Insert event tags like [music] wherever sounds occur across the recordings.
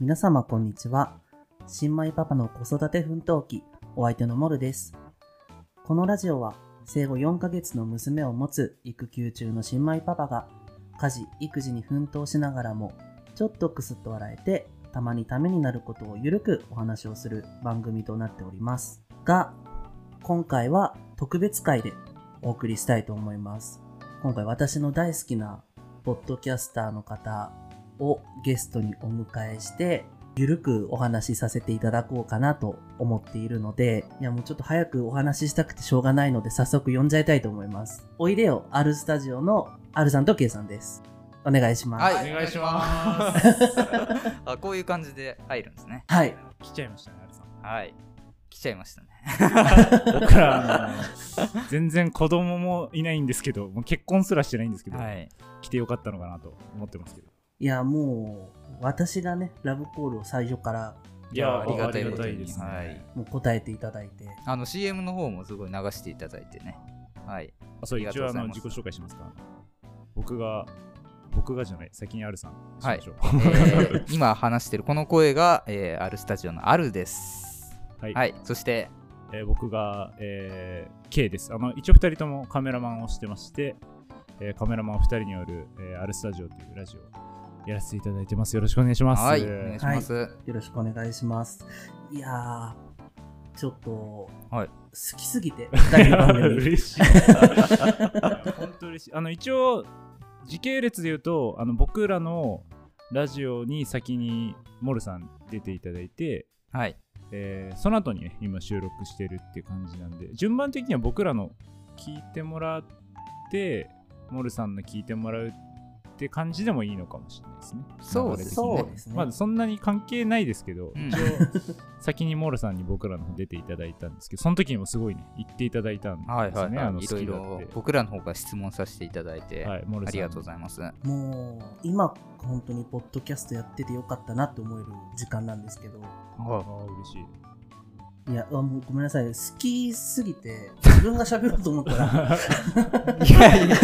皆様こんにちは新米パパの子育て奮闘記お相手のモルですこのラジオは生後4ヶ月の娘を持つ育休中の新米パパが家事育児に奮闘しながらもちょっとクスッと笑えてたまにためになることをゆるくお話をする番組となっておりますが今回は特別会でお送りしたいと思います今回私の大好きなポッドキャスターの方をゲストにお迎えして、ゆるくお話しさせていただこうかなと思っているので、いやもうちょっと早くお話ししたくてしょうがないので、早速呼んじゃいたいと思います。おいでよ、あるスタジオのあるさんとけいさんです。お願いします。はい。お願いします [laughs] あこういう感じで入るんですね。はい。来ちゃいましたね、あれさん。はい。来ちゃいましたね。 [laughs] 僕ら、あの [laughs] 全然子供もいないんですけど、もう結婚すらしてないんですけど、はい。来てよかったのかなと思ってますけど。いやもう、私がね、ラブコールを最初からいやありがたいありがことたにいですねはい。もう答えていただいて、あの CM の方もすごい流していただいてね。 [laughs] はい。あそうありがと一う応ごあざいのます自己紹介しますか。僕が、僕がじゃない、先にあるさんしましょう。え [laughs] ー今話してるこの声が、えー、あるスタジオのあるです。はいはい。そして、えー僕が、えー K です。あの一応2人ともカメラマンをしてまして、えーカメラマン2人による、えー、アルスタジオというラジオをやらせていただいてます。よろしくお願いします。 [laughs] はい。お願いします。よろしくお願いします。いやー、ちょっと、はい好きすぎて、二人の番組。嬉 [laughs] しい。いや本当嬉しい。あの一応時系列で言うとあの僕らのラジオに先にモルさん出ていただいて、はい。えーその後にね今収録してるっていう感じなんで順番的には僕らの聞いてもらってモルさんの聞いてもらうって感じでもいいのかもしれないですね。そうですね流それう的にですね。まだそんなに関係ないですけど、うん一応先にモルさんに僕らの方出ていただいたんですけどその時にもすごいね言っていただいたんですね、はいはい、あのはい。好いろいきだっろて僕らの方が質問させていただいて、はい、モルさんありがとうございます。もう今本当にポッドキャストやっててよかったなって思える時間なんですけどああ嬉しいいやあもうごめんなさい好きすぎて自分が喋ろうと思った [laughs] らい [laughs] やいや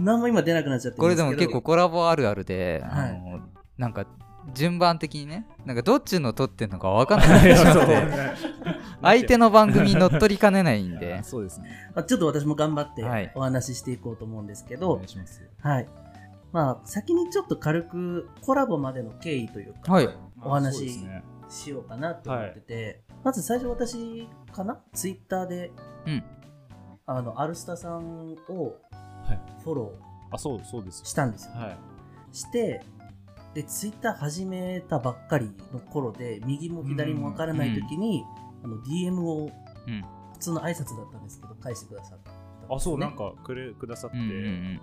何も今出なくなっちゃってこるんすれけでども結構コラボあるあるで、はいあのなんか順番的にねなんかどっちの撮ってんのか分かんなくなってしま [laughs] って相手の番組に乗っ取りかねないんい [laughs] やでそうですねまあちょっと私も頑張ってはいお話ししていこうと思うんですけおど願いしますはい、まあ先にちょっと軽くコラボまでの経緯というかはいお話そうですねしようかなと思ってて、まず最初私かなツイッターで、うんあのアルスタさんをいフォロあそうそうですーしたんですよ、はいしてでツイッター始めたばっかりの頃で右も左もわからない時に、あの DM をうん普通の挨拶だったんですけど返してくださったんですねあそうなんかくれくださって、うんうん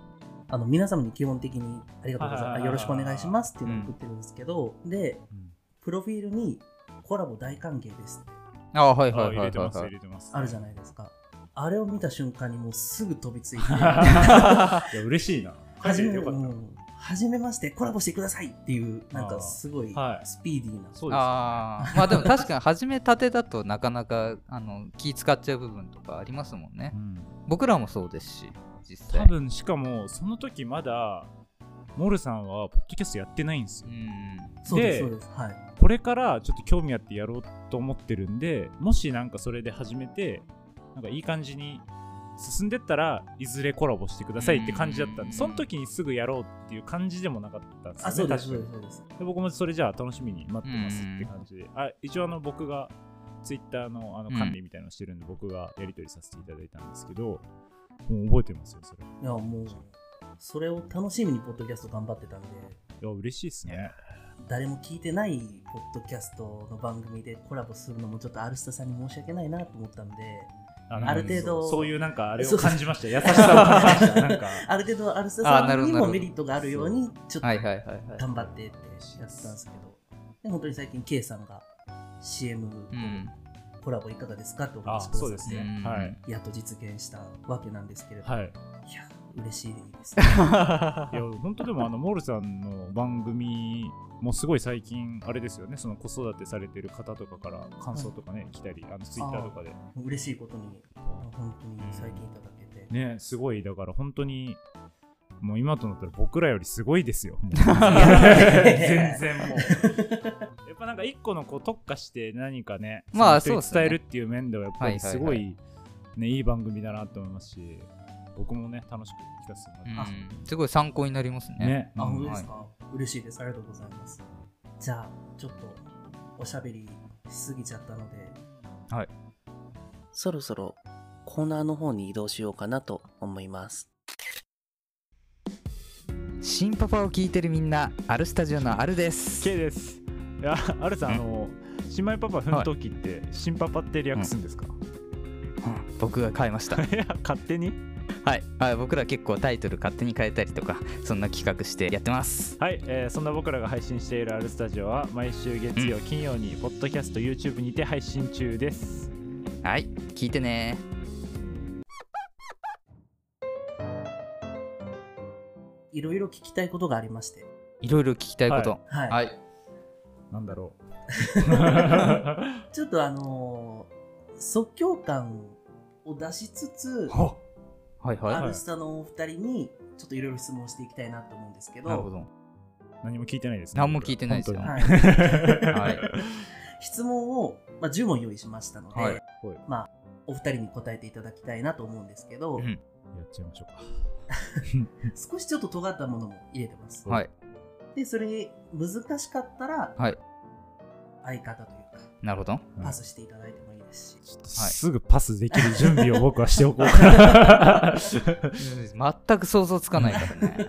あの皆様に基本的にありがとうございはますあいはいはいはいよろしくお願いしますっていうのを送ってるんですけど、でうんプロフィールにコラボ大歓迎ですってうんあはいあはいは入れいはいてますは入いれてますあるじゃないないですかあれを見た瞬間にもうすぐ飛びついて [laughs] いや嬉しいな初入れめてよかった、うん初めましてコラボしてくださいっていうなんかすごいあーはいスピーディーなそうですあーまあでも確かに始めたてだとなかなかあの気使っちゃう部分とかありますもんねうん僕らもそうですし実際多分しかもその時まだモルさんはポッドキャストやってないんですようんうんそうですでそうですはいこれからちょっと興味あってやろうと思ってるんでもしなんかそれで始めてなんかいい感じに進んでったらいずれコラボしてくださいって感じだったんうんでその時にすぐやろうっていう感じでもなかったんですよねあそうですそう確でかすそうですにで僕もそれじゃあ楽しみに待ってますうんって感じであ一応あの僕がツイッターのあの管理みたいなのしてるんで僕がやり取りさせていただいたんですけどもう覚えてますよそれいいやもうそれを楽しみにポッドキャスト頑張ってたんでや嬉しいですね誰も聞いてないポッドキャストの番組でコラボするのもちょっとアルスタさんに申し訳ないなと思ったんであのある程度そういうなんかあれそをうそう感じました優しさを感じましたなんかある程度アルスタあなさるんにほどなもるほどメリットがあるようにちょっはいはいとはいはい頑張ってってやってたんですけどで本当に最近 K さんが CM うんとコラボいかがですかっておあ話しくだそうさでっすてね [laughs] はいやっと実現したわけなんですけれど、はいいや嬉しいですねいや本当でもあのモールさんの番組もすごい最近あれですよねその子育てされてる方とかから感想とかね、来たりあのツイッターとかで嬉しいことに本当に最近いただねすごいだから本当にもう今となったら僕らよりすごいですよもう全然もうやっぱなんか一個のこう特化して何かねまあその人にそうっすね伝えるっていう面ではやっぱりすごはいい,、はいいね、いい番組だなと思いますし僕もね楽しく聞かせてもらってます、うんすごい参考になりますねねあ、うん本当ですか、嬉しいです。ありがとうございます。じゃあ、ちょっとおしゃべりしすぎちゃったので、はい。そろそろコーナーの方に移動しようかなと思います。新パパを聞いてるみんなアルスタジオのアルです K ですいやあるさんあの新米パパ奮闘記って、新パパって略すんですか、うん僕が変えま [laughs] したいや勝手にはい、はい、僕ら結構タイトル勝手に変えたりとかそんな企画してやってますはい、えーそんな僕らが配信しているアルスタジオは毎週月曜金曜にポッドキャスト YouTube にて配信中ですはい聞いてねいろいろ聞きたいことがありまして、いろいろ聞きたいことはい。はい、なんだろう [laughs] ちょっとあのー即興感を出しつつ、ははいはいアルスタのお二人にちょっといろいろ質問していきたいなと思うんですけど、なるほど何も聞いてないですね何も聞いてないですよ本はい当にはい [laughs] 質問を、まあ、10問用意しましたので、はいほいまあ、お二人に答えていただきたいなと思うんですけど、うんやっちゃいましょうか少しちょっと尖ったものも入れてます。はいで、それに難しかったら、はい相方というか、なるほどうんパスしていただいてもいいですし、ちょっとすぐパスできる準備を僕はしておこうかな全く想像つかないからね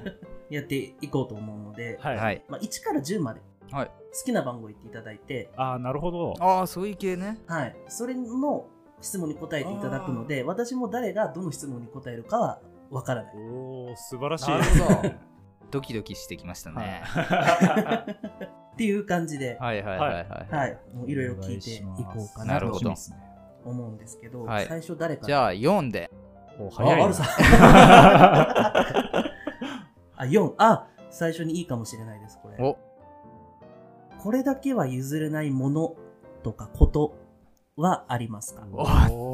やっていこうと思うので、はい、 [laughs] [laughs] はいまあ、1から10まで、はい好きな番号言っていただいて、ああなるほどああそういう系ねはい、それの質問に答えていただくので、私も誰がどの質問に答えるかはわからない。おお素晴らしいなるほどドキドキしてきましたねっていう感じで、ははいはいはいはいい、もういろいろ聞いていこうかななるとほ楽しみどですね思うんですけど、はい最初誰かじゃあ4でおあ、早いあな [laughs] るさん。 [laughs] あ、4。あ、最初にいいかもしれないです、これ。おこれだけは譲れないものとかことはありますかお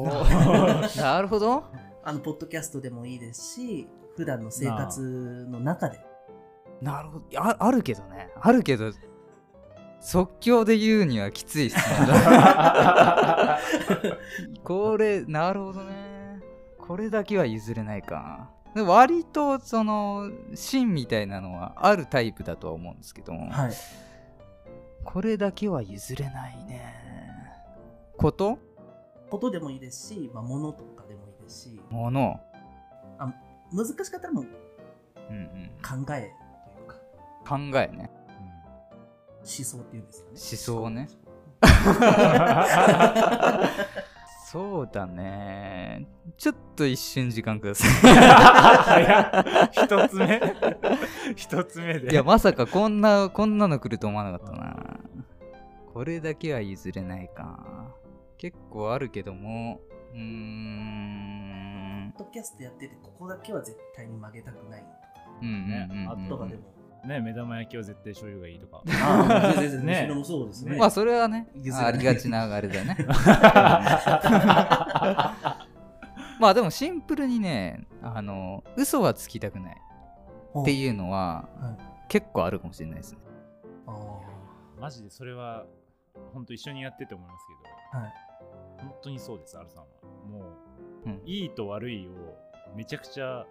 ーなるほどあの、ポッドキャストでもいいですし、普段の生活の中で。なるほどああるけどねあるけど即興で言うにはきついっすねこれなるほどねこれだけは譲れないかで割とその芯みたいなのはあるタイプだとは思うんですけど、はい。これだけは譲れないねことことでもいいですし、まあ、ものとかでもいいですし、もの、難しかったらもううんうん、考えというか、考えね思想っていうんですかね。思想ねそうだねちょっと一瞬時間くださ [laughs] 一つ目一つ目いでいやまさかこんなこんなの来ると思わなかったなこれだけは譲れないか結構あるけどもうーんポッドキャストやってて、ここだけは絶対に曲げたくないうんうんうんうんねとかでも。ね目玉焼きは絶対醤油がいいと [laughs] かああ、全然全然、ね後ろもそうですね。まあそれはね譲れないありがちなあれだね [laughs] まあでもシンプルにねあの嘘はつきたくないっていうのははい結構あるかもしれないですねあマジでそれは本当一緒にやってて思いますけあはい。ど本当にそうですアルさんはもう、うんいいと悪いをめちゃくちゃ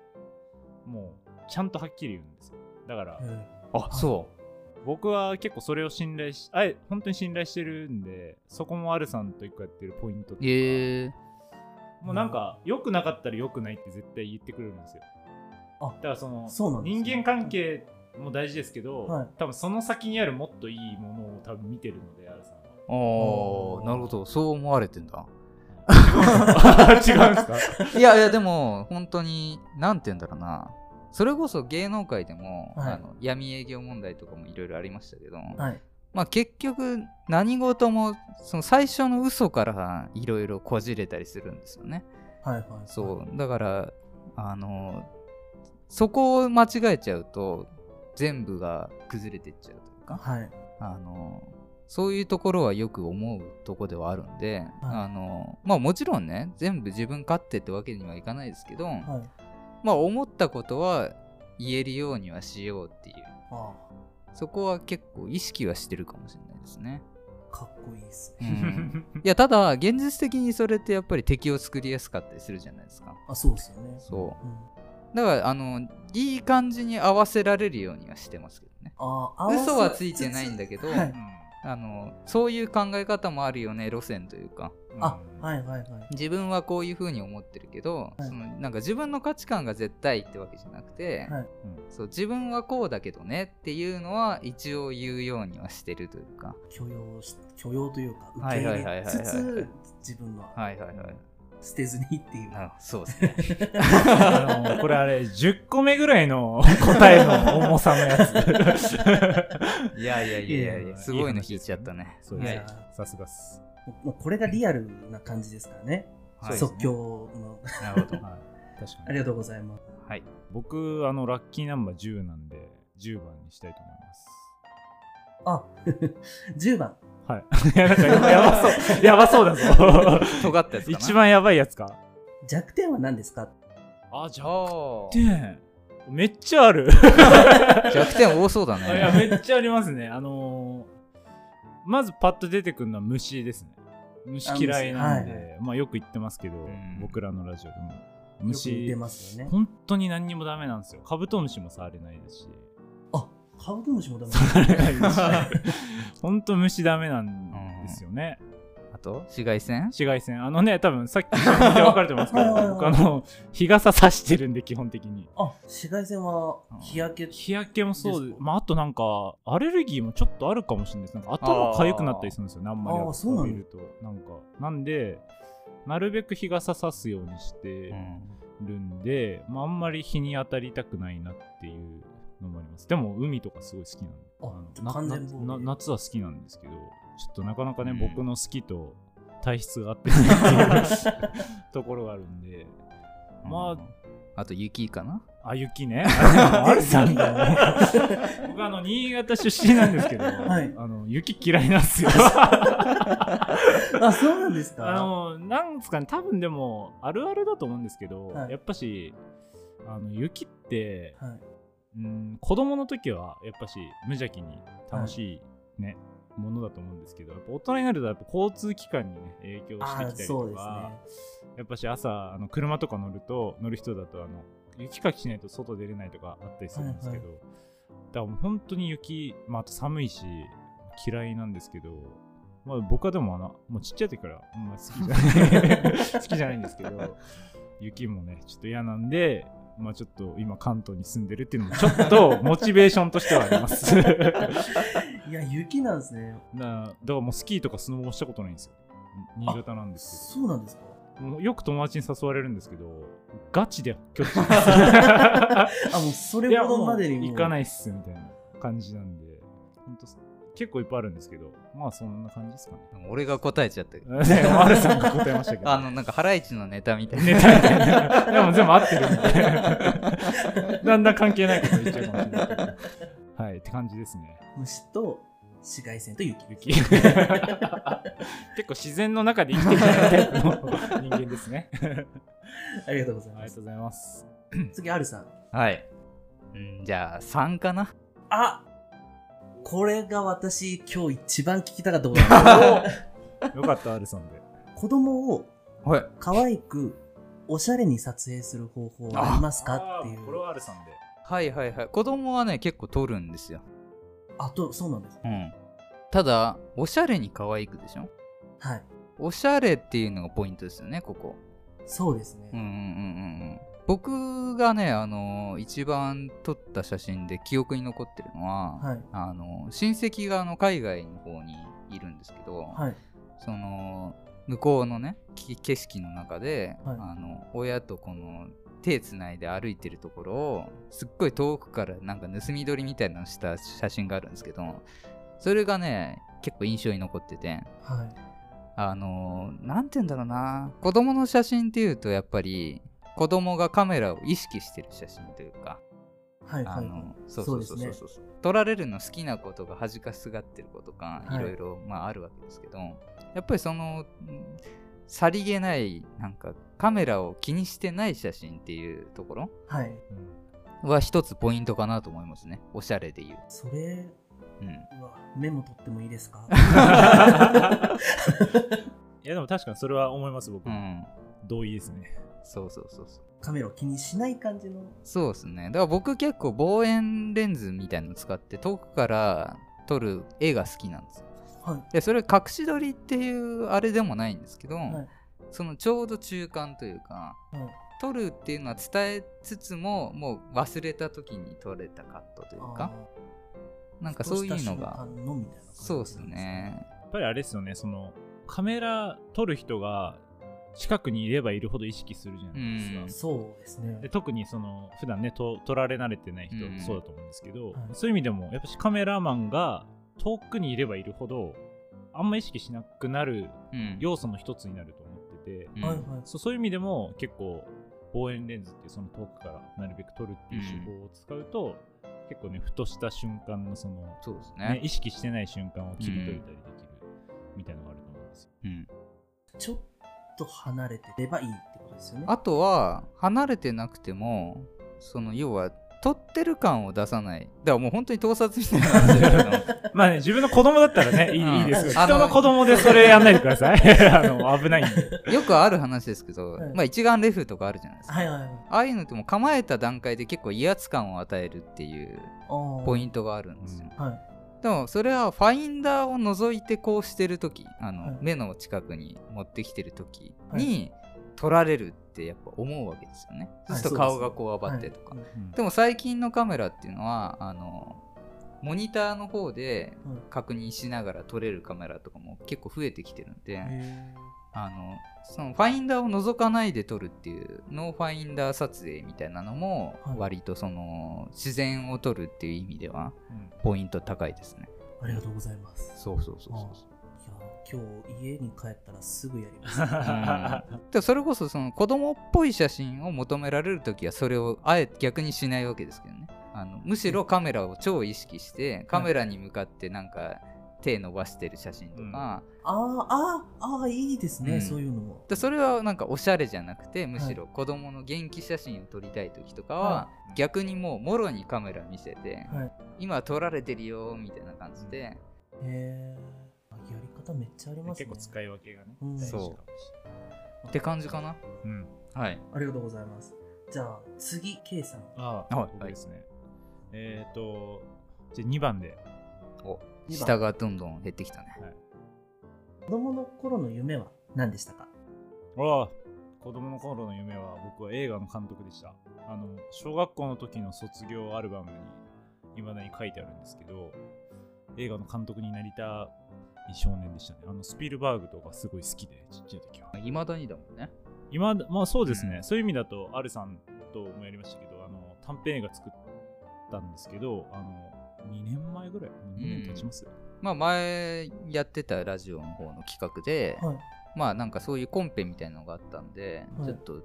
もうちゃんとはっきり言うんですよだから、うんあそ僕は結構それを信頼しあえ本当に信頼してるんでそこもアルさんと一個やってるポイントとかうへえもうなんか良くなかったら良くないって絶対言ってくれるんですよあだからそのそうなんですね人間関係も大事ですけど、はい多分その先にあるもっといいものを多分見てるのでアルさん [laughs] はあーなるほどそう思われてんだ違うんですか。いやいやでも本当に何て言うんだろうなそれこそ芸能界でも、はいあの闇営業問題とかもいろいろありましたけど、はい。まあ結局何事もその最初の嘘からいろいろこじれたりするんですよねはいはい。そうだからあのそこを間違えちゃうと全部が崩れてっちゃうというかはい。あのそういうところはよく思うとこではあるんで、はいあのまあもちろんね全部自分勝手ってわけにはいかないですけど、はい。まあ思ったことは言えるようにはしようっていうあそこは結構意識はしてるかもしれないですね。あ、かっこいいですね。うんいやただ現実的にそれってやっぱり敵を作りやすかったりするじゃないですか。あ、そうですよね。そううん、だからあのいい感じに合わせられるようにはしてますけどねああ、嘘はついてないんだけど、はいあのそういう考え方もあるよね路線というかあ、はいいはいはい。自分はこういう風に思ってるけど、はいそのなんか自分の価値観が絶対ってわけじゃなくて、はいそう自分はこうだけどねっていうのは一応言うようにはしてるというか許容し、許容というか、受はけいはい入はいはいれはいつつ、自分ははいはいはい捨てずにっていう。あそうです [laughs] ねあのこれあれ、10個目ぐらいの [laughs] 答えの重さの [laughs] やつ。いやいやいやいやいやいやすごいの引いちゃったねそういですやね。さすがっす。もうこれがリアルな感じですからね。はい即興の。 [laughs] なるほどはい確あかりに。がとうございます。はい僕、あの、ラッキーナンバー10なんで、10番にしたいと思います。 [laughs] あ、10番。はい。 [laughs] いや、なんかやばそう。やばそうだぞ。尖ったやつかな一番やばいやつか。弱点は何ですかあ、じあ。あー点めっちゃある。弱点多そうだ [laughs] あいやねめっちゃありますね。あのーまずパッと出てくるのは虫ですね。虫嫌いなんで、あ虫まあよく言ってますけど、ん僕らのラジオでよも。く似て虫、ますよね。本当に何にもダメなんですよ。カブトムシも触れない [laughs] ですし。あ、カブトムシも [laughs] ダメ。本当虫ダメなんですよね。あと紫外線紫外線。あのね、多分さっき見て分かれてますけど、はいはいはい僕あの、日傘さしてるんで、基本的に。あ、紫外線は日焼け。 [laughs] 日焼けもそうでですかまあ、あとなんかアレルギーもちょっとあるかもしれないですなんか頭かゆくなったりするんですよねあんまりあーやっぱそうなんだ食べるとなんかなんでなるべく日傘さすようにしてるんで、まあ、あんまり日に当たりたくないなっていうのもありますでも海とかすごい好きなんでああの完な全防衛な夏は好きなんですけどちょっとなかなかね、うん僕の好きと体質が合ってないっ [laughs] ていうところがあるんでまあああと雪かなあ雪ねあるさんだよね僕あの新潟出身なんですけど、はいあの雪嫌いなんで [laughs] すよあ、そうなんですあかのなんですかね多分でもあるあるだと思うんですけど、はいやっぱしあの雪って、はい。うん、子供の時はやっぱし無邪気に楽しい、ねものだと思うんですけどやっぱ大人になるとやっぱ交通機関に、ね、影響してきたりあーそとうですか、ねやっぱし朝あの車とか乗ると乗る人だとあの雪かきしないと外出れないとかあったりするんですけど、だからもう本当に雪、まあ、あと寒いし嫌いなんですけど、まあ、僕はでもあのもうちっちゃい時から、まあ、好きじゃない [laughs] 好きじゃないんですけど雪もねちょっと嫌なんで、まあ、ちょっと今関東に住んでるっていうのもちょっとモチベーションとしてはあります [laughs] なだかいや、雪なんですね。らもうスキーとかスノボもしたことないんですよ新潟なんですけどそうなんですかもうよく友達に誘われるんですけど、ガチで拒否あ、もうそいれやほもどうまでにもう行かないっすみたいな感じなんで、ほんと結構いっぱいあるんですけど、まあそんな感じですかね。 [laughs] 俺が答えちゃったけどねマルさんが答えましたけど。あのなんかハライチのネタみたいネなタみたいなでも全部合ってるんで。だんだん関係ないこと言っちゃうかもしれないけど。はい、って感じですね。虫と紫外線と雪。雪 [laughs] 結構自然の中で生きてきたタイプの人間ですね。ありがとうございあまりがす。とうございます。次、アルさん。 [laughs] はい、うん、じゃあ3かなあこれが私、今日一番聞きたかったこと [laughs] なんですよかった、アルさんで。子供をはい可愛く、おしゃれに撮影する方法はありますかっていあーうこれ。はアルさんで。はいはいはい子供はね結構撮るんですよ、あ、と、そうなんです。うん、ただおしゃれに可愛くでしょはい。おしゃれっていうのがポイントですよねここそうですうんうんね。うんうんうん僕がねあの一番撮った写真で記憶に残ってるのは、はい。あの親戚があの海外の方にいるんですけど、はい。その向こうのねき景色の中で、はいあの親とこの手つないで歩いてるところをすっごい遠くからなんか盗み撮りみたいなのした写真があるんですけどそれがね結構印象に残っててはい。あの何て言うんだろうな子供の写真っていうとやっぱり子供がカメラを意識してる写真というかはいあはいはいのそうそうそうそうそそう取られるの好きな子とか恥かしすがってる子とか、はいいろいろまああるわけですけどやっぱりそのんさりげないなんかカメラを気にしてない写真っていうところはいうんは一つポイントかなと思いますねおしゃれで言う、それうん、はメモ取ってもいいです [laughs] か [laughs] いやでも確かにそれは思います僕、うん、同意ですねそうそうそうそうカメラを気にしない感じのそうですねだから僕結構望遠レンズみたいの使って遠くから撮る絵が好きなんですよはいでそれ隠し撮りっていうあれでもないんですけど、はいそのちょうど中間というかはい撮るっていうのは伝えつつももう忘れた時に撮れたカットというかあなんーかそういうのがふとした瞬間のみたいな感じそうですねやっぱりあれですよねそのカメラ撮る人が近くにいればいるほど意識するじゃないですか、うんそうですねで特にその普段ねと撮られ慣れてない人うんそうだと思うんですけど、いそういう意味でもやっぱしカメラマンが遠くにいればいるほどあんま意識しなくなるうん要素の一つになると思ってて、うんはいはいそそういう意味でも結構望遠レンズっていうその遠くからなるべく撮るっていう手法を使うと、結構ねふとした瞬間のその、そうですねね意識してない瞬間を切り取れたりできるみたいなのがあると思うんですよ。[laughs] うん、ちょっと離れてればいいってことですよねあとは離れてなくてもその要は撮ってる感を出さないだからもう本当に盗撮みたいなんですけ [laughs] どまあね自分の子供だったらねいい,、うんいいですけどあの人の子供でそれやんないでください [laughs] あの危ないんで。よくある話ですけど、はいまあ一眼レフとかあるじゃないですか、はいはいはいああいうのってもう構えた段階で結構威圧感を与えるっていうポイントがあるんですよ、トはいでもそれはファインダーを覗いてこうしてる時あの、はい目の近くに持ってきてる時に、撮られるってやっぱ思うわけですよね、そうすると顔がこう上ばってとか、はいはいうんでも最近のカメラっていうのはあのモニターの方でうん確認しながら撮れるカメラとかも結構増えてきてるんで、へあのそのファインダーを覗かないで撮るっていうノーファインダー撮影みたいなのもはい割とその自然を撮るっていう意味ではうんポイント高いですねーありがとうございますそうそうそうそういや今日家に帰ったらすぐやります、 [laughs] はでそれこそその子供っぽい写真を求められる時はそれをあえて逆にしないわけですけどねあのむしろカメラを超意識してカメラに向かってなんか手伸ばしてる写真とか,、あーあーあーいいですね、うんそういうのもでそれはなんかおしゃれじゃなくてむしろ子供の元気写真を撮りたい時とかは、は逆にもうもろにカメラ見せて、はい今撮られてるよみたいな感じで、へえやり方めっちゃありますね結構使い分けがね、うん大事かもしって感じかなれない。うんはいありがとうございますじゃあ次 K さんあはい僕ですね。えっ、と、じゃあ2番で。お二番下がどんどん減ってきたね子供の頃の夢は何でしたかああ、子供の頃の夢は僕は映画の監督でした。あの、小学校の時の卒業アルバムに未だに書いてあるんですけど、映画の監督になりたい少年でしたね。あの、スピルバーグとかすごい好きで、ちっちゃい時は。いまだにだもんね今だまあそうですね、うんそういう意味だとアルさんともやりましたけどあの短編映画作ったんですけどあの2年前ぐらい2年経ちます、まあ前やってたラジオの方の企画で、はいまあなんかそういうコンペみたいなのがあったんで、はいちょっと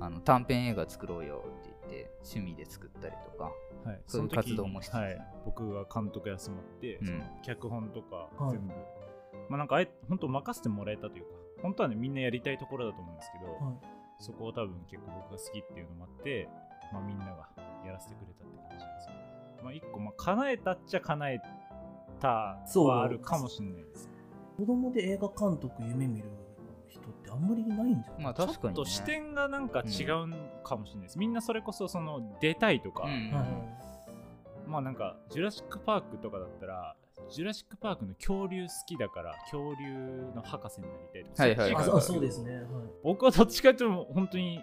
あの短編映画作ろうよって言って趣味で作ったりとかはい、そういうの時活動もしてたはい、僕が監督休まって、うんその脚本とかはい全部、まあなんかあえ本当任せてもらえたというか本当はねみんなやりたいところだと思うんですけど、はいそこを多分結構僕が好きっていうのもあって、まあ、みんながやらせてくれたって感じなんですけど、まあ、一個、まあ、叶えたっちゃ叶えたはあるかもしれないです子供で映画監督夢見る人ってあんまりいないんじゃないまあ確かに、ね、ちょっと視点がなんか違うかもしれないです、みんなそれこそその出たいとか、うんはいまあなんかジュラシック・パークとかだったらジュラシック・パークの恐竜好きだから恐竜の博士になりたいとか、はいはいあっちそがあそうですね、はい、僕はどっちかというと本当に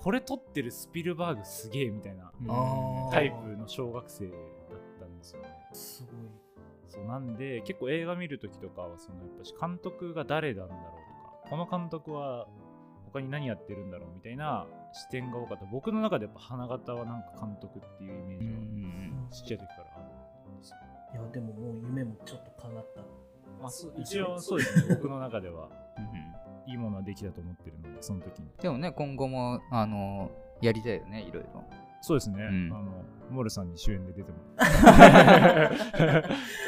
これ撮ってるスピルバーグすげえみたいなうんあータイプの小学生だったんですよねすごいそうなんで結構映画見るときとかはそのやっぱし監督が誰なんだろうとかこの監督は他に何やってるんだろうみたいな視点が多かった僕の中でやっぱ花形はなんか監督っていうイメーうジんはちっちゃい時からあるんですよ、いやでももう夢もちょっと叶 [laughs] ったまあ、そう一応そうですね僕の中ではうんいいものはできたと思ってるのでその時にでもね今後もあのやりたいよねいろいろそうですね、うんあのモルさんに主演で出ても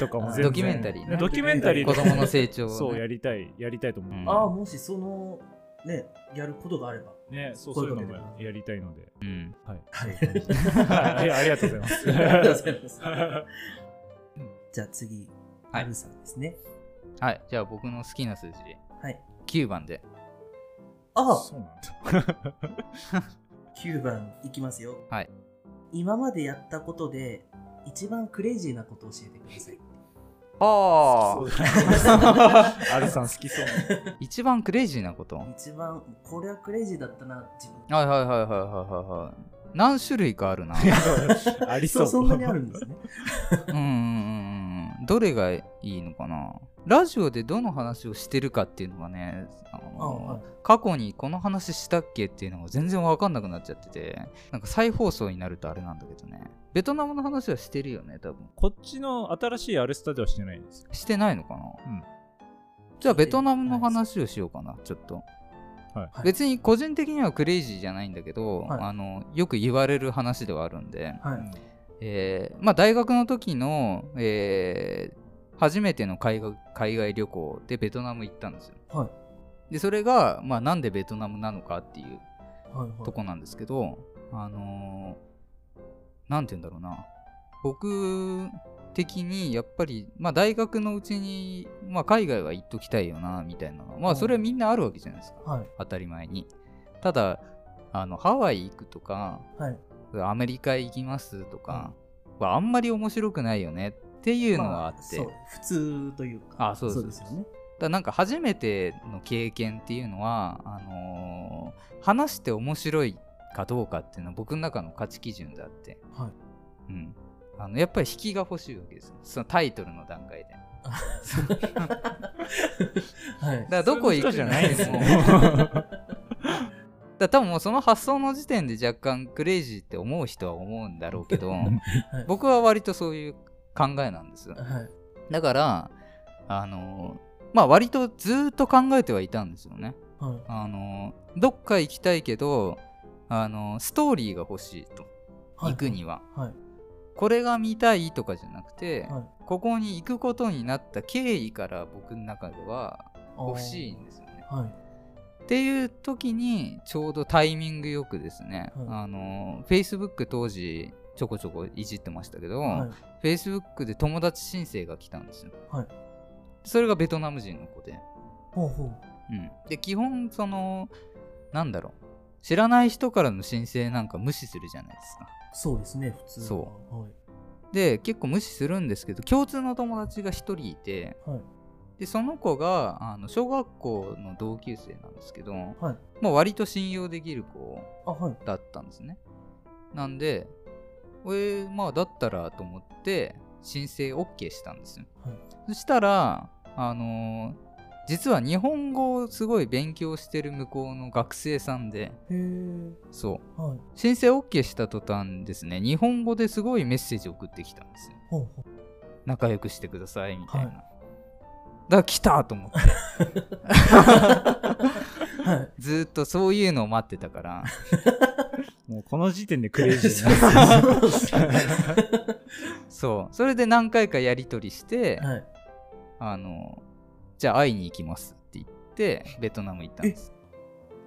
とかも全然ドキュメンタリーねドキュメンタリー子とか供の成長を [laughs] ね、そうやりたいやりたいと思う、うんああ、もしその、ね、やることがあれば。ねそう声そういうかのけてくださいもやりたいのでうんはいはい。はいありがとうございますありがとうございます。 [laughs] じゃあ次、はアいルさんですね。はいじゃあ僕の好きな数字はい。 9番でああ、そうなんだ9番いきますよ。はい。今までやったことで、一番クレイジーなことを教えてください。あそうあだねアルさん好きそう一番クレイジーなことはい一番、これはクレイジーだったな、自分。はいはいはいはいはいはい何種類かあるななありそそううそんなにあるんですね。うんうんうんうんどれがいいのかなラジオでどの話をしてるかっていうのがねあのあはい過去にこの話したっけっていうのが全然わかんなくなっちゃっててなんか再放送になるとあれなんだけどねベトナムの話はしてるよね多分こっちの新しいアルスタではしてないですしてないのかな、うんじゃあベトナムの話をしようかなちょっと、はいはい別に個人的にはクレイジーじゃないんだけど、はいあのよく言われる話ではあるんで、はい。えーまあ、大学の時の、えー初めての海外海外旅行でベトナム行ったんですよはい。でそれが、まあ、なんでベトナムなのかっていうはい。とこなんですけど、あのーなんて言うんだろうな僕的にやっぱり、まあ、大学のうちに、まあ、海外は行っときたいよなみたいなのはまうあんそれはみんなあるわけじゃないですかはい。当たり前にただあのハワイ行くとかはい。アメリカ行きますとかはあんまり面白くないよねっていうのはあって、まあそう普通というか。あそうですですよね。だからなんか初めての経験っていうのはあのー話して面白いかどうかっていうのは僕の中の価値基準であって、はいうん、あのやっぱり引きが欲しいわけですよそのタイトルの段 [laughs] 階でだかはい。らどこ行くそういう人じにゃないですしてもねだから多分もうその発想の時点で若干クレイジーって思う人は思うんだろうけ [laughs] ど僕は割とそういう考えなんですよはい。だからあのーまあ割とずーっと考えてはいたんですよねはい。あのどっか行きたいけどあのストーリーが欲しいと、はい行くにははい。これが見たいとかじゃなくて、はい。ここに行くことになった経緯から僕の中では欲しいんですよね。あー。はい。っていう時にちょうどタイミングよくですね、はいあの Facebook 当時ちょこちょこいじってましたけど、はい。 Facebook で友達申請が来たんですよ。はいそれがベトナム人の子で。ほうほう。うん、で基本そのなんだろう知らない人からの申請なんか無視するじゃないですかそうですね、普通は。そはい。で結構無視するんですけど共通の友達が1人いてはい。でその子があの小学校の同級生なんですけど、はい。まあ、割と信用できる子あ、はい。だったんですねなんでえーまあだったらと思って申請 OK したんですよ、はいそしたらあのー実は日本語をすごい勉強してる向こうの学生さんで、へえ。そうはい。申請 OK した途端ですね日本語ですごいメッセージ送ってきたんですよほうほう。仲良くしてくださいみたいな、はいだから来たと思ってはい。ずーっとそういうのを待ってたから [laughs] もうこの時点でクレイジーなそうです [laughs] ねそうそれで何回かやり取りして、はい。あのじゃあ会いに行きますって言ってベトナム行ったんです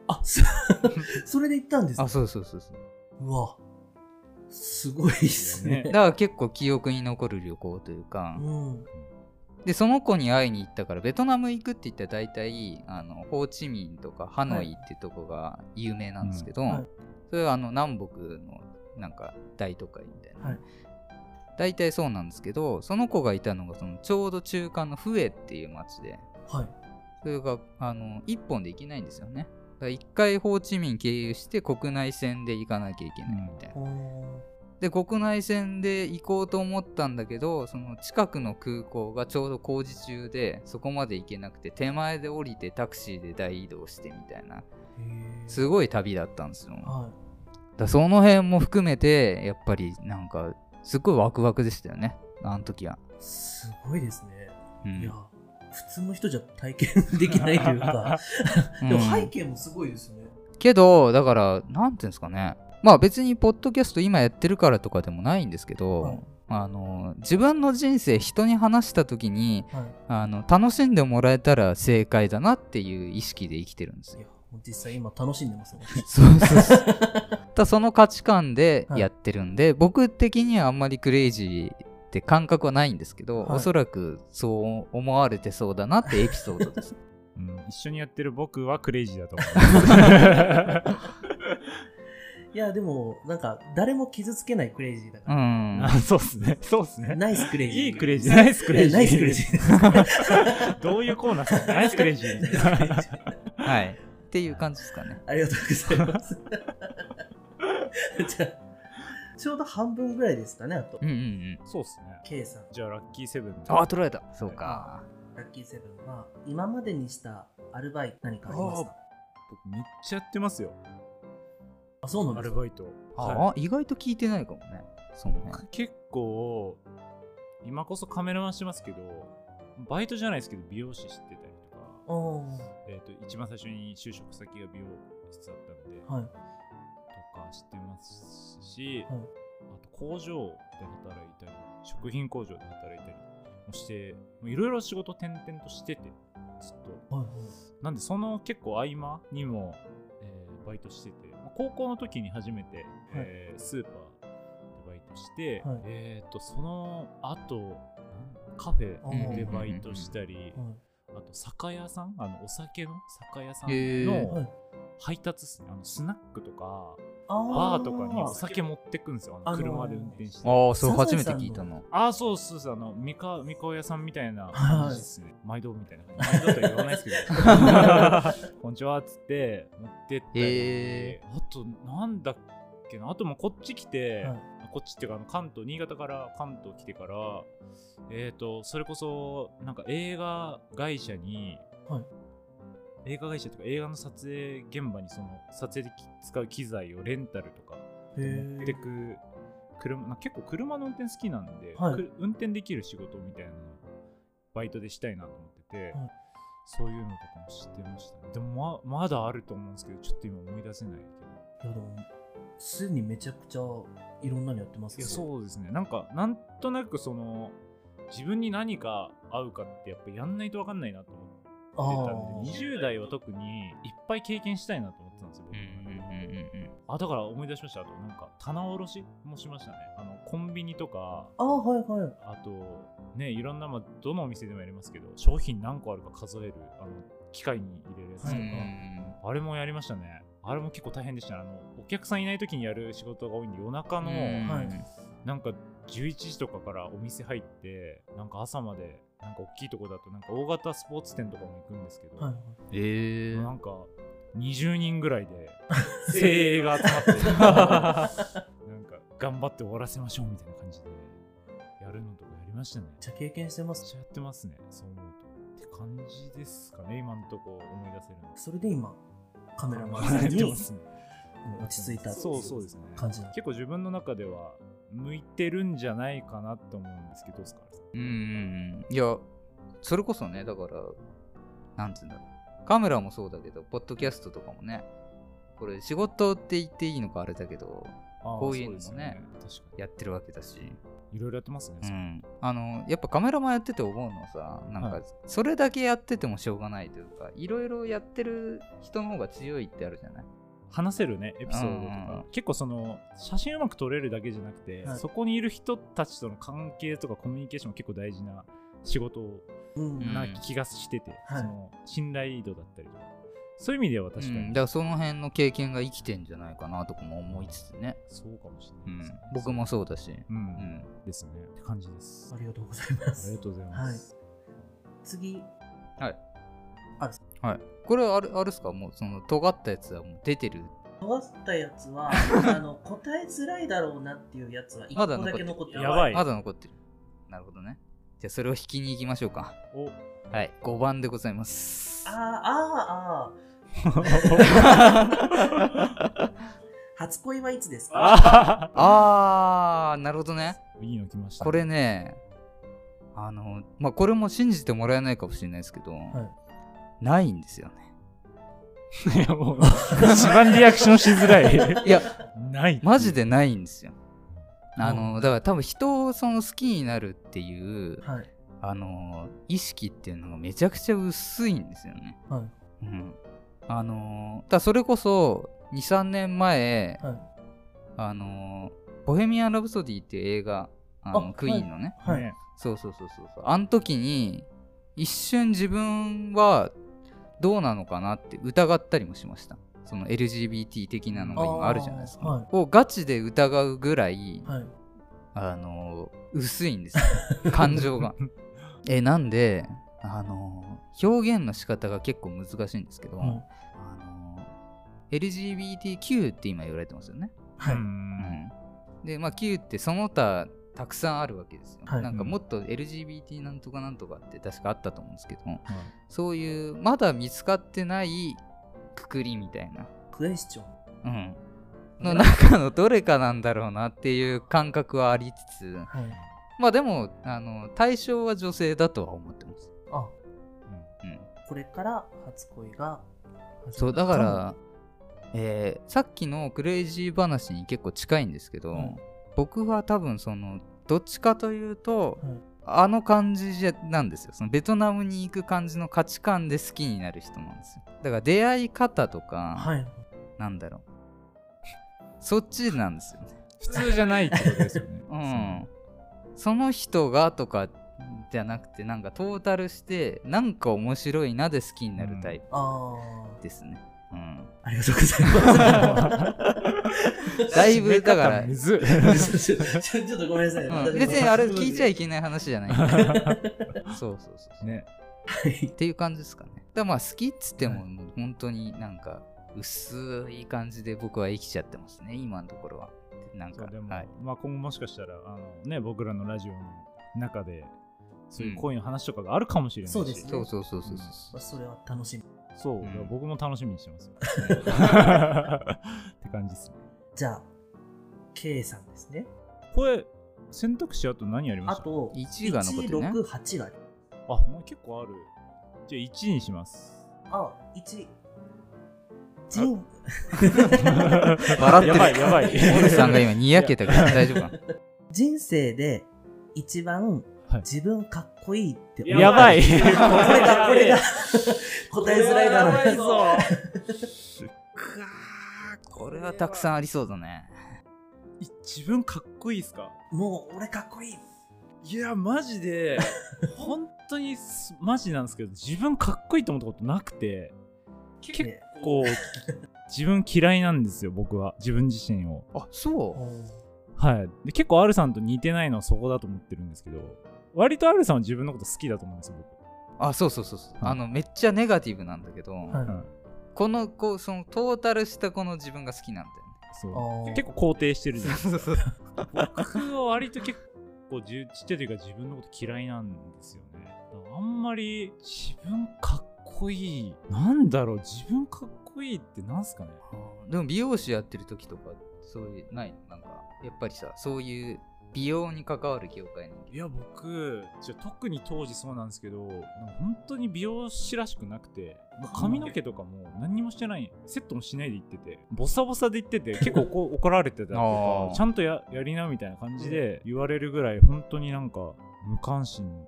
あ、 [laughs] そそれで行ったんですあかそうそうそうそううわ。すごいですね。だから結構記憶に残る旅行というか、うん。でその子に会いに行ったからベトナム行くって言ったら大体あのホーチミンとかハノイってとこが有名なんですけど、うんはいそれはあの南北のなんか大都会みたいな、はい大体そうなんですけどその子がいたのがそのちょうど中間のフエっていう町ではい。それがあの1本で行けないんですよねだから1回ホーチミン経由して国内線で行かなきゃいけないみたいな、おーで国内線で行こうと思ったんだけどその近くの空港がちょうど工事中でそこまで行けなくて手前で降りてタクシーで大移動してみたいなへえ。すごい旅だったんですよだかはらその辺も含めてやっぱりなんかすごいワクワクでしたよねあの時は、い。すごいですね。うんいや、普通の人じゃ体験できない [laughs] というか。でもうん背景もすごいですね。けどだからなんていうんですかねまあ別にポッドキャスト今やってるからとかでもないんですけど、はいあの自分の人生人に話した時にはいあの楽しんでもらえたら正解だなっていう意識で生きてるんですいよや。もう実際今楽しんでますよ。そうそう [laughs] そうただその価値観でやってるんで、僕的にはあんまりクレイジーって感覚はないんですけど、はいおそらくそう思われてそうだなってエピソー [laughs] ドですうん、一緒にやってる僕はクレイジーだと思います。いや、でも、なんか、誰も傷つけないクレイジーだうかんあ [laughs] そうっすね。そうっすら。ね。ナイスクレイジー。いいクレイジー。ナイスクレイジー。ナイスクレイジー。 [laughs] どういうコーナーっすかナイスクレイジー。はいっていう感じですかねありがとうございます。 [laughs] じゃあ、ちょうど半分ぐらいですかね、あとう。んうんうんそうっすね。 K さん、じゃあラッキーセブンで。ああ取られたそうかラッキーセブンは、今までにしたアルバイト何かありますか僕めっちゃやってますよ。あ、そうなんアですルかバイト。あ、はい意外と聞いてないかもねそうね結構今こそカメラマンしてますけどバイトじゃないですけど美容師してたりとか、おえー、と一番最初に就職先が美容室だったので、ーはい。とかしてますし、はいあと工場で働いたり食品工場で働いたりもしてもういろいろ仕事転々としててずっとはいはい。なんでその結構合間にも、えーバイトしてて、まあ高校の時に初めて、えースーパーでバイトして、はいえっとその後なんカフェおーでバイトしたり、はいあと酒屋さんあのお酒の酒屋さんへーはいの配達ですね、あのスナックとかあバーとかにお酒持ってくんですよああののー車で運転して。ああそそうう初初めめてて聞聞いいたたのああ、そうそうそう、あの、みか、みかお屋さんみたいな感じですね。毎度みたいな感じ。毎度とは言わないですけど。 [laughs] こんにちはっつって、持ってって、へあと、なんだっけな、あともうこっち来て、はいこっちっていうか、あの関東、新潟から関東来てから、えっ、と、それこそ、なんか映画会社に、はい映画会社とか映画の撮影現場にその撮影でき使う機材をレンタルとかへ持ってーく車なんか結構車の運転好きなんで、はいく運転できる仕事みたいなのをバイトでしたいなと思ってて、はいそういうのとかも知ってましたねでもままだあると思うんですけどちょっと今思い出せないけいやどでもすでにめちゃくちゃいろんなのやってますいよやそうですねなんかなんとなくその自分に何が合うかってやっぱやんないと分かんないなと思ってあたーんで20代は特にいっぱい経験したいなと思ってたんですよう僕んのうん中でうんうんうんあだから思い出しましたあとなんか棚卸しもしましたねあのコンビニとかあーはいはいあとねいろんな、まあ、どのお店でもやりますけど商品何個あるか数えるあの機械に入れるやつとはか、いあれもやりましたねあれも結構大変でしたねあのお客さんいない時にやる仕事が多いんで夜中あの、はいなんか11時とかからお店入ってなんか朝までなんか大きいとこだとなんか大型スポーツ店とかも行くんですけど、はいはいええなんか20人ぐら [laughs] いで精鋭が集まってなんか頑張って終わらせましょうみたいな感じでやるのとかやりましたねめっちゃ経験してまめっすちゃやってますね、そう思うと。って感じですかね、今のとこ思い出せるの。それで今カメラマンやさんってにますね落ち着いたそうそうですね。感じなんです結構自分の中では向いてるんじゃないかなと思うんですけど、どうですかうんうんうんいやそれこそねだからなんつうんだろうカメラもそうだけどポッドキャストとかもねこれ仕事って言っていいのかあれだけどこういうのもねあーそですよ確かやってるわけだし、に。いろいろやってますね。うそれん、あのやっぱカメラマンやってて思うのはさなんはかいそれだけやっててもしょうがないというかいろいろやってる人の方が強いってあるじゃない話せるね、エピソードとうんか。結構その、写真うまく撮れるだけじゃなくて、はいそこにいる人たちとの関係とかコミュニケーションも結構大事な仕事をうんうんな気がしてて、はいその信頼度だったりとか。そういう意味では確かに、うん、だからその辺の経験が生きてんじゃないかなとかも思いつつね、そうかもしうれないでんすね。、僕もそうだし、う。うんん、ですね。って感じです。あありがとうございまりすがとうございます。次はいあるはいこれあれあれっすかもうその尖ったやつはもう出てる尖ったやつ [laughs] はあの答えづらいだろうなっていうやつは一個まだだけ残ってるやばいまだ残ってるなるほどねじゃあそれを引きに行きましょうかおはい5番でございますあーあーあー初恋はいつですかあ [laughs] あーなるほどねいいの来ました。これねあのまあこれも信じてもらえないかもしれないですけど、はいないんですよねいやもう、一番リアクションしづ [laughs] [laughs] らい。いや、ない。マジでないんですよ。うんあの、だから多分人をその好きになるっていう、はい。あの、意識っていうのがめちゃくちゃ薄いんですよね。はい。うん。あの、だからそれこそ、2、3年前、はい。あの、ボヘミアン・ラブソディっていう映画、ああのクイーンのね、はい。ねそうそうそうそうそう。あの時に、一瞬自分はどうなのかなって疑ったりもしました。その LGBT 的なのが今あるじゃないですか。あーはいをガチで疑うぐらい、はい。あのー薄いんですよ。 [laughs] 感情が。え、なんで、あのー表現の仕方が結構難しいんですけど、うんあのー LGBTQ って今言われてますよね。はうい。んでまあ Q ってその他たくさんあるわけですよ、はいなんかもっと LGBT なんとかなんとかって確かあったと思うんですけど、そういうまだ見つかってないくくりみたいな、クエスチョン。うん、の中のどれかなんだろうなっていう感覚はありつつはい。まあでもあの対象は女性だとは思ってます、あ、うん、これから初恋が始そまうったの。だから、えーさっきのクレイジー話に結構近いんですけど、うん僕は多分そのどっちかというと、うんあの感じじゃなんですよそのベトナムに行く感じの価値観で好きになる人なんですよだから出会い方とか、はい。なんだろうそっちなんですよね普通じゃないってことですよね。うんその人がとかじゃなくてなんかトータルしてなんか面白いなで好きになるタイああプですね、うんー、ありがとうござい [laughs] ます。だいぶだから締め方むずっ [laughs] ちょちょちょっとごめんなさい。うん別にあれ聞いちゃいけけない話 [laughs] じゃないそうそうそうそう、ね。ない。っていう感じですかねだからまあ好きっつってももう本当になんか薄い感じで僕は生きちゃってますね今のところはなんそかうでも、はいまあ今後もしかしたらあのね僕らのラジオの中でそういう恋の話とかがあるかもしれないし、うんそうですねそうそうそうそうそうそれは楽しみ。そう、んだから僕も楽しみにして [laughs] ますよって感じですねじゃあ、K さんですね。これ選択肢あと何ありまあしたと、 1が残ってるね1、6、8がある。あもう結構あるじゃあ1にしますあ、1。ジン。笑ってるやばいやばいモルさんが今にやけたけど大丈夫かな [laughs] 人生で一番はい自分かっこいいって思うやばいこれが、これが答えづらいだろうなくわーこれはたくさんありそうだね自分かっこいいですかもう俺かっこいい。いやマジで本当にすマジなんですけど自分かっこいいと思ったことなくて結ね構自分嫌いなんですよ僕は自分自身をあそうはいで結構 R さんと似てないのはそこだと思ってるんですけど割と R さんは自分のこと好きだと思うんですよあそうそうそうそうあのめっちゃネガティブなんだけど、はい僕、はい、このこうそのトータルしたこの自分が好きなんだよねそうあー結構肯定してるじゃんそうそうそう僕は割と結構じゅちっちゃい時から自 [laughs] 分のこと嫌いなんですよねだからあんまり自分かっこいいなんだろう自分かっこいいってなんすかねでも美容師やってる時とかそういうないなんかやっぱりさそういう美容に関わる業界のいや僕じゃあ特に当時そうなんですけどなんか本当に美容師らしくなくてもう髪の毛とかも何にもしてないセットもしないで行っててボサボサで行って [laughs] て結構こう怒られてたりとあかーちゃんとややりなみたいな感じで言われるぐらい本当になんか無関心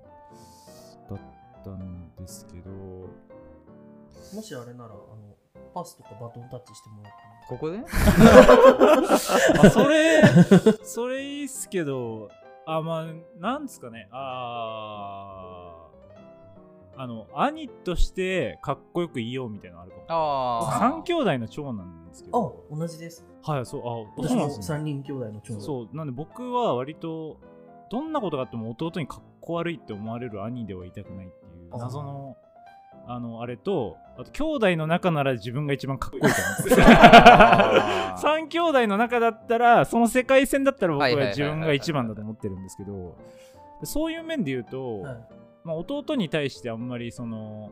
だったんですけどもしあれなら、あの、パスとかバトンタッチしてもらってもここであそれ [laughs] それいいっすけどあまあなんですかねあーあの兄としてかっこよくいようみたいなのあるかもあ三兄弟の長男なんですけどあ、同じです。はいそうあ私もね三人兄弟の長男。そうなんで僕は割とどんなことがあっても弟にかっこ悪いって思われる兄ではいたくないっていうあー謎のあのあれとあと兄弟の中なら自分が一番かっこいいと思うん [laughs] ですよ3兄弟の中だったらその世界線だったら僕ははいはいはいはい自分が一番だと思ってるんですけどそういう面で言うと、はいまあ、弟に対してあんまりその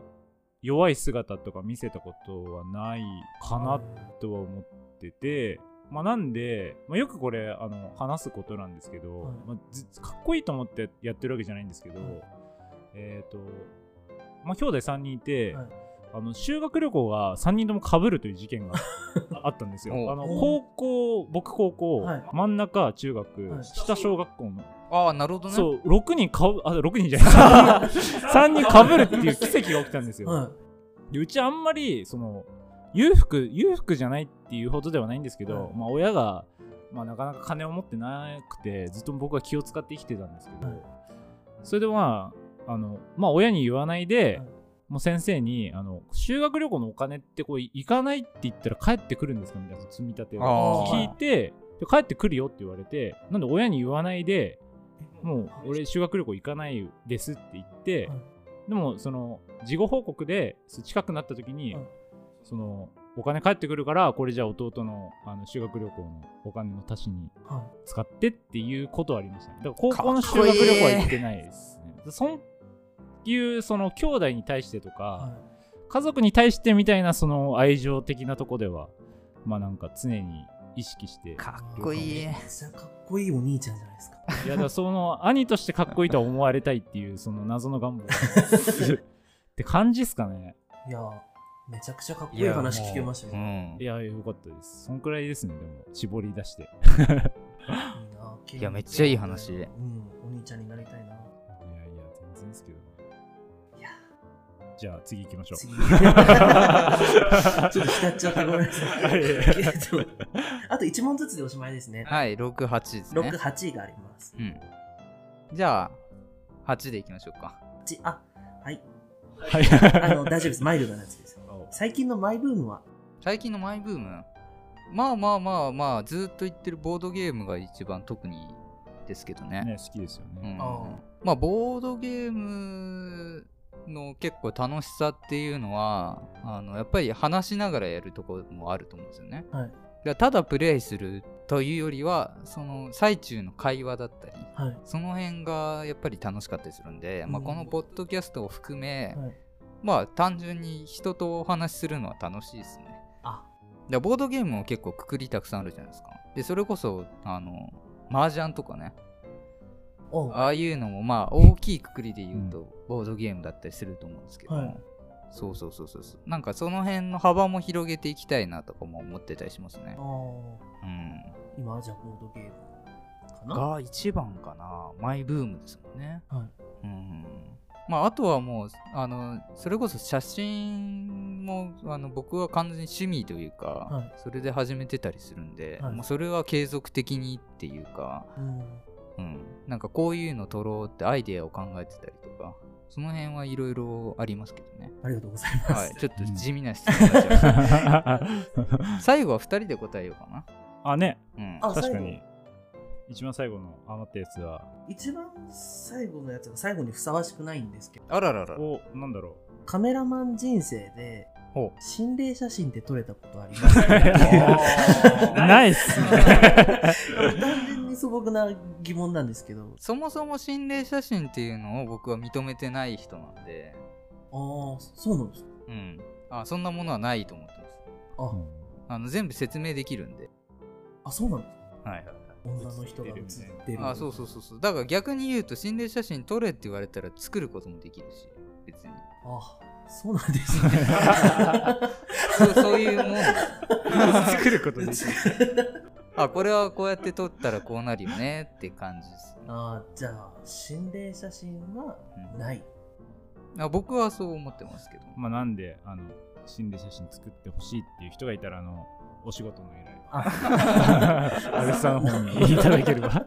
弱い姿とか見せたことはないか [laughs] なとは思ってて、まあ、なんで、まあ、よくこれあの話すことなんですけど、はいまあ、ずかっこいいと思ってやってるわけじゃないんですけど、はいえっ、と、まあ、兄弟3人いて、はいあの修学旅行が3人ともかぶるという事 [laughs] 件があったんですよおうあの高校僕高校、はい真ん中中学、はい下小学校のああなるほどねそう6人かぶあ6人じゃない3人かぶるっていう奇跡が起きたんですよ、はでうちあんまりその裕福裕福じゃないっていうほどではないんですけど、はいまあ、親が、まあ、なかなか金を持ってなくてずっと僕は気を使って生きてたんですけど、はいそれでまああの、まあ、親に言わないで、はいもう先生にあの修学旅行のお金ってこう行かないって言ったら帰ってくるんですかみたいな積み立てをあー聞いてで帰ってくるよって言われてなんで親に言わないでもう俺修学旅行行かないですって言って、はいでもその事後報告でそう近くなった時に、はいそのお金返ってくるからこれじゃあ弟のあの修学旅行のお金の足しにいは使ってっていうことはありましたねだから高校の修学旅行は行ってないですねそんいうその兄弟に対してとか、いはい家族に対してみたいなその愛情的なとこではまあなんか常に意識してかっこいいめっちゃかっこいいお兄ちゃんじゃないですか。いやだからその兄としてかっこいいとは思われたいっていうその謎の [laughs] 願望って感じっすかねいやー、めちゃくちゃかっこいい話聞けましたね。ねいやよかったですそんくらいですねでも絞り出していいいなーいやめっちゃいい話うん、お兄ちゃんになりたいな。やいや全然ですけどねじゃあ次行きましょう次。ちょっと浸っちゃったごめんなさい。はいえっとあと1問ずつでおしまいですね。はい68ですね6、8があります。うん、じゃあ8でいきましょうか8あ、はい。はいあの、大丈夫です。マイルドなやつです。最近のマイブームは最近のマイブームまあまあまあまあずっと言ってるボードゲームが一番特にですけどねね好きですようね、んあまあボードゲームの結構楽しさっていうのはあのやっぱり話しながらやるところもあると思うんですよね、はいだからただプレイするというよりはその最中の会話だったりはい。その辺がやっぱり楽しかったりするんで、まあ、うんこのポッドキャストを含め、はいまあ単純に人とお話しするのは楽しいですねあ、でボードゲームも結構くくりたくさんあるじゃないですかでそれこそあの麻雀とかねおうああいうのもまあ大きいくくりで言うとボードゲームだったりすると思うんですけども、はいそうそうそうそうそうなんかその辺の幅も広げていきたいなとかも思ってたりしますねあ、ーうん、今はじゃあボードゲームかなが一番かなマイブームですもんね、はいうんまあ、あとはもうあのそれこそ写真もあの僕は完全に趣味というか、はいそれで始めてたりするんで、はいもうそれは継続的にっていうか、うんうん、なんかこういうの撮ろうってアイデアを考えてたりとかその辺はいろいろありますけどね、ありがとうございま [laughs] はすい、。ちょっと地味な質問になっちゃいま [laughs] した最後は2人で答えよう [laughs] かあねな、うん、あ確か最に一番最後の余ったやつは一番最後のやつが最後にふさわしくないんですけど、あらららおなんだろカメラマン人生でほ心霊写真って撮れたことあり [laughs] ますか [laughs] うナイス [laughs] 単純に素朴な疑問なんですけど、そもそも心霊写真っていうのを僕は認めてない人なんで、ああ、そうなんですかうん。あ、そんなものはないと思ってます。あ、あの全部説明できるんで。あ、そうなんですかはいはいはい。女の人が映ってる。あそうそうそうそう。だから逆に言うと心霊写真撮れって言われたら作ることもできるし、別に。あ、そうなんです [laughs] ね。そうそういうもん [laughs] です。作ることできるあ、これはこうやって撮ったらこうなるよねって感じです。あーじゃあ、心霊写真はない。あ僕はそう思ってますけど。まあ、なんであの心霊写真作ってほしいっていう人がいたらあのお仕事の依頼は [laughs] アルさんの方にいただければ作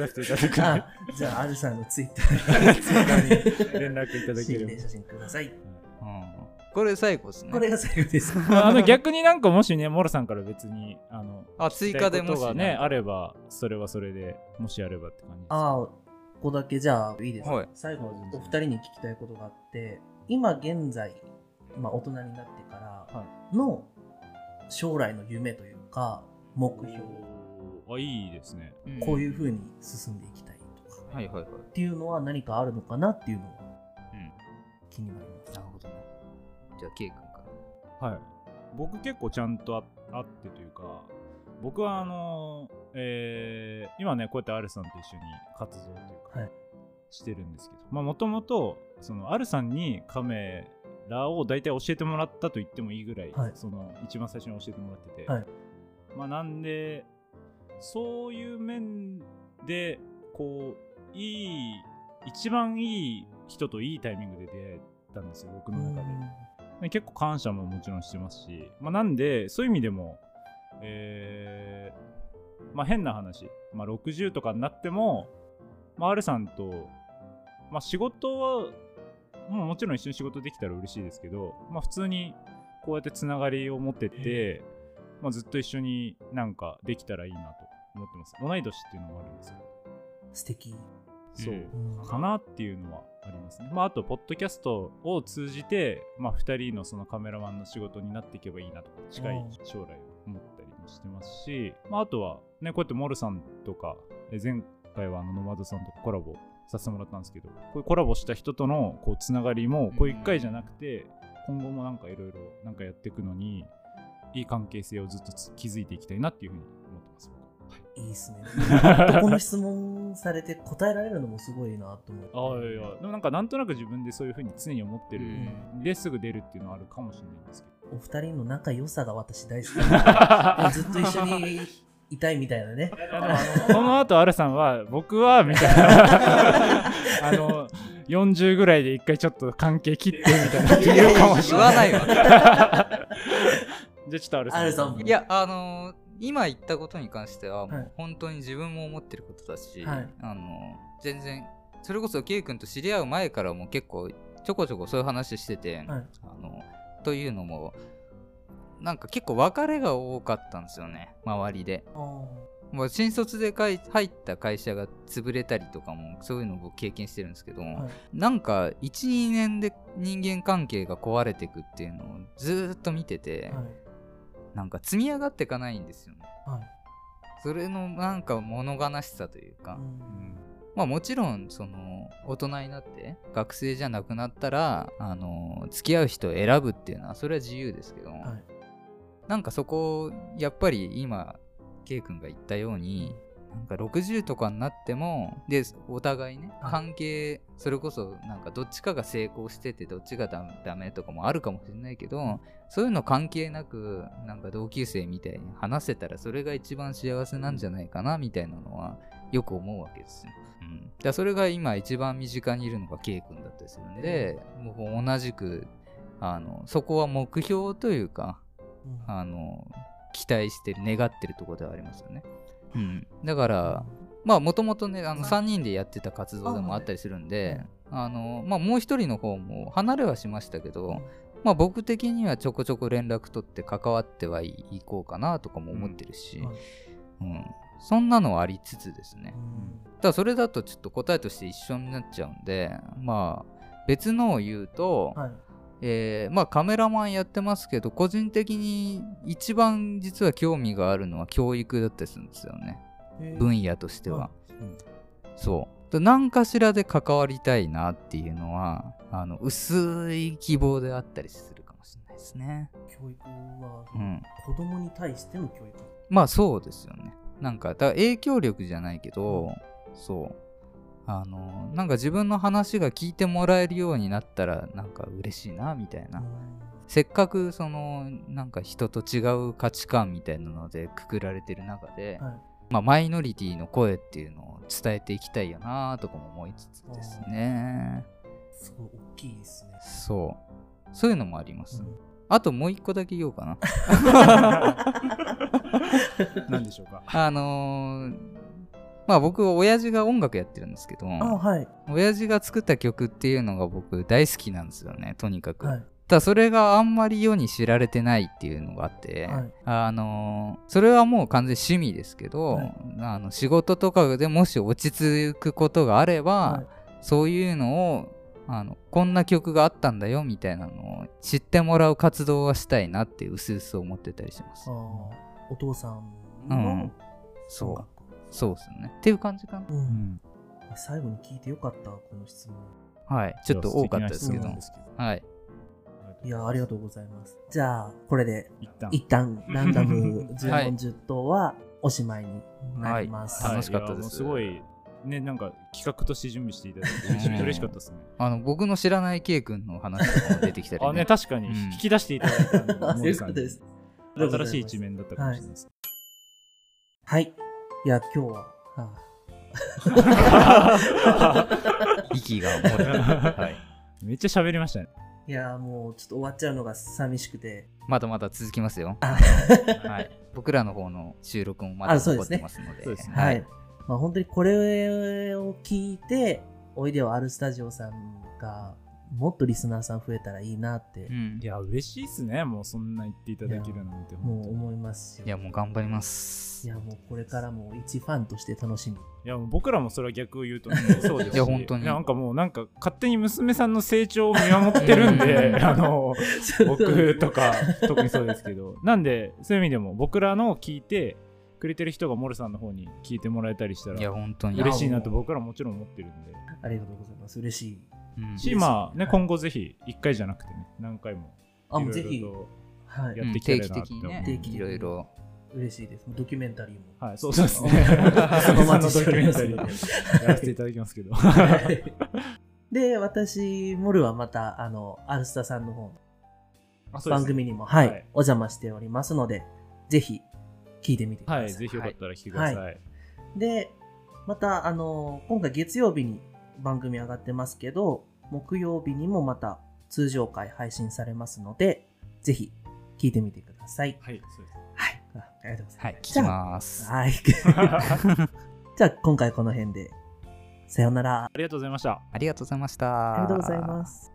らせていただくんあじゃあ、アルさんのツイッターにで連絡いただけ心れ霊ば写真ください。うん、これ最後ですね。これが最後です。 [laughs] まああの逆になんかもしねモロさんから別にあのあ、追加でも聞きたいことし、がねあればそれはそれでもしあればって感じですああ、ここだけじゃあいいですか、はい最後、お二人に聞きたいことがあって、今現在、まあ、大人になってからはの将来の夢というか、目標、おーあいいですねうんこういうふうに進んでいきたいとか、はいはいはい。っていうのは何かあるのかなっていうのがうん気になります。なるほどね。じゃあ、ケイ君から。はい僕結構ちゃんとああってというか僕はあのーえー今ねこうやってアルさんと一緒に活動というか、はいしてるんですけどまあもともとそのアルさんにカメらを大体教えてもらったと言ってもいいぐらい、はいその一番最初に教えてもらってて、はいまあなんでそういう面でこういい一番いい人といいタイミングで出会えたんですよ僕の中で。で結構感謝ももちろんしてますし、まあ、なんでそういう意味でも、えーまあ、変な話、まあ、60とかになっても、まあ、R さんと、まあ、仕事はもうもちろん一緒に仕事できたら嬉しいですけど、まあ、普通にこうやってつながりを持ってて、まあ、ずっと一緒になんかできたらいいなと思ってます同い年っていうのもあるんですよ素敵、そう、うんかなっていうのはありますね。まあ、あと、ポッドキャストを通じて、まあ、2人のそのカメラマンの仕事になっていけばいいなとか、近い将来思ったりもしてますし、まあ、あとは、ね、こうやってモルさんとか、え前回はあのノマドさんとコラボさせてもらったんですけど、こういうコラボした人とのこうつながりも、こう1回じゃなくて、今後もなんかいろいろなんかやっていくのに、いい関係性をずっとつ築いていきたいなっていうふうに思ってます。いいっすね [laughs] なんかこの質問されて答えられるのもすごいなと思ってああいやいやでもなんかなんとなく自分でそういうふうに常に思ってる、うですぐ出るっていうのはあるかもしれないんですけどお二人の仲良さが私大好きもうずっと一緒にいたいみたいなねこの後アルさんは僕はみた [laughs] いなあの40ぐらいで一回ちょっと関係切ってみたいな言うかもし言れわない [laughs] ないわじゃあちょっとアルさんアルさんもいや、あのー今言ったことに関しては、もはうい本当に自分も思ってることだし、はいあのー全然、それこそ K 君と知り合う前からも結構ちょこちょこそういう話してて、はいあのというのも、なんか結構別れが多かったんですよね、周りで。あーもう新卒でかい入った会社が潰れたりとかも、そういうのを経験してるんですけど、はいなんか1、2年で人間関係が壊れてくっていうのをずーっと見てて、はいなんか積み上がっていかないんですよね。はいそれのなんか物悲しさというか、うんまあもちろんその大人になって学生じゃなくなったらあの付き合う人を選ぶっていうのはそれは自由ですけど、はいなんかそこをやっぱり今 K 君が言ったようになんか60とかになってもでお互いねはい関係それこそなんかどっちかが成功しててどっちがダダメとかもあるかもしれないけどそういうの関係なくなんか同級生みたいに話せたらそれが一番幸せなんじゃないかなみたいなのはよく思うわけですよ。うん、だからそれが今一番身近にいるのが K 君だったりするんで僕も同じくあのそこは目標というかうんあの期待してる願ってるところではありますよね。うん、だからまあもともとねあのはい3人でやってた活動でもあったりするんで、あのまあ、もう一人の方も離れはしましたけど、まあ、僕的にはちょこちょこ連絡取って関わってはいいこうかなとかも思ってるし、はいうんそんなのはありつつですね。うんただそれだとちょっと答えとして一緒になっちゃうんでまあ別のを言うと、はいえーまあカメラマンやってますけど個人的に一番実は興味があるのは教育だったりするんですよねえー分野としては、うんそうで何かしらで関わりたいなっていうのはあの薄い希望であったりするかもしれないですね教育はうん子供に対しての教育まあそうですよねなんかだから影響力じゃないけどそうあのなんか自分の話が聞いてもらえるようになったらなんか嬉しいなみたいな、うんせっかくそのなんか人と違う価値観みたいなのでくくられてる中で、はいまあ、マイノリティの声っていうのを伝えていきたいよなとかも思いつつですねすごい大きいですねそうそういうのもあります、うんあともう一個だけ言おうかな [laughs] 何でしょうかあのーまあ僕親父が音楽やってるんですけど [laughs] あはい親父が作った曲っていうのが僕大好きなんですよねとにかく、はいただそれがあんまり世に知られてないっていうのがあって、はいあのーそれはもう完全に趣味ですけど、はいあの仕事とかでもし落ち着くことがあれば、はいそういうのをあのこんな曲があったんだよみたいなのを知ってもらう活動はしたいなってうすうす思ってたりしますあーお父さんうのんそ音う楽そうですねっていう感じかなううんん最後に聞いてよかったこの質問はいちょっと多かったですけいどやはいいやありがとうございますじゃあこれで一旦一旦ランダム10はい問10答はおしまいになります、はい楽しかったですいやもうすごいね、なんか企画として準備していただいて嬉しうん嬉しかったですね。あの僕の知らない K 君の話とかも出てきた [laughs] り、ね、あね、確かにうん引き出していただい [laughs] たあんそういうことです。森さんに新しい一面だったかもしれないです。はい。いや、今日は、あ息がも [laughs] れた、は [laughs] い、めっちゃ喋りましたね。いや、もうちょっと終わっちゃうのが寂しくて。まだまだ続きますよ、あはい、僕らの方の収録もまだあそうで残っすねてますのでそうですねはい。まあ、本当にこれを聞いて、おいでよあるスタジオさんが、もっとリスナーさん増えたらいいなってう、んいや、嬉しいですね。もうそんな言っていただけるなんて。も本当うに思いますし。いやもう頑張りますいや、もうこれからも一ファンとして楽しみ。いや、もう僕らもそれは逆を言うとね、そうですしいや本当になんかもう、なんか勝手に娘さんの成長を見守ってるんうで、ん [laughs] あの、僕とか、特にそうですけど。なんで、そういう意味でも、僕らのを聞いてくれてる人がモルさんの方に聞いてもらえたりしたらい、や本当に嬉しいなと僕らもちろん思ってるんで。 [laughs] ありがとうございます。嬉しい。うんし、うんまあね、はい今後ぜひ、1回じゃなくてね、何回も。あ、もうぜいひろい、ろはやい。っていきたい定なって期的にね定期的にいろいろ嬉しいです。ドキュメンタリーも。と。はい、そうそうです [laughs] ね。お待ちそしておのドキュりメまンタすリのでーやらせていただきますけど。はい [laughs] で、私、モルはまた、あの、アルスタさんの方、 [laughs] あそうです番ね組にも、はい、はいお邪魔しておりますので、ぜひ、聞いてみてください。はい、ぜひよかったら聞いてください。で、また、あの、今回月曜日に番組上がってますけど、木曜日にもまた通常回配信されますので、ぜひ、聞いてみてください。はい、そうです。はい。あありがとうございます。はい聞きますはい。 [laughs] [laughs] じゃあ、今回この辺で。さようなら。ありがとうございました。ありがとうございましたありがとうございます。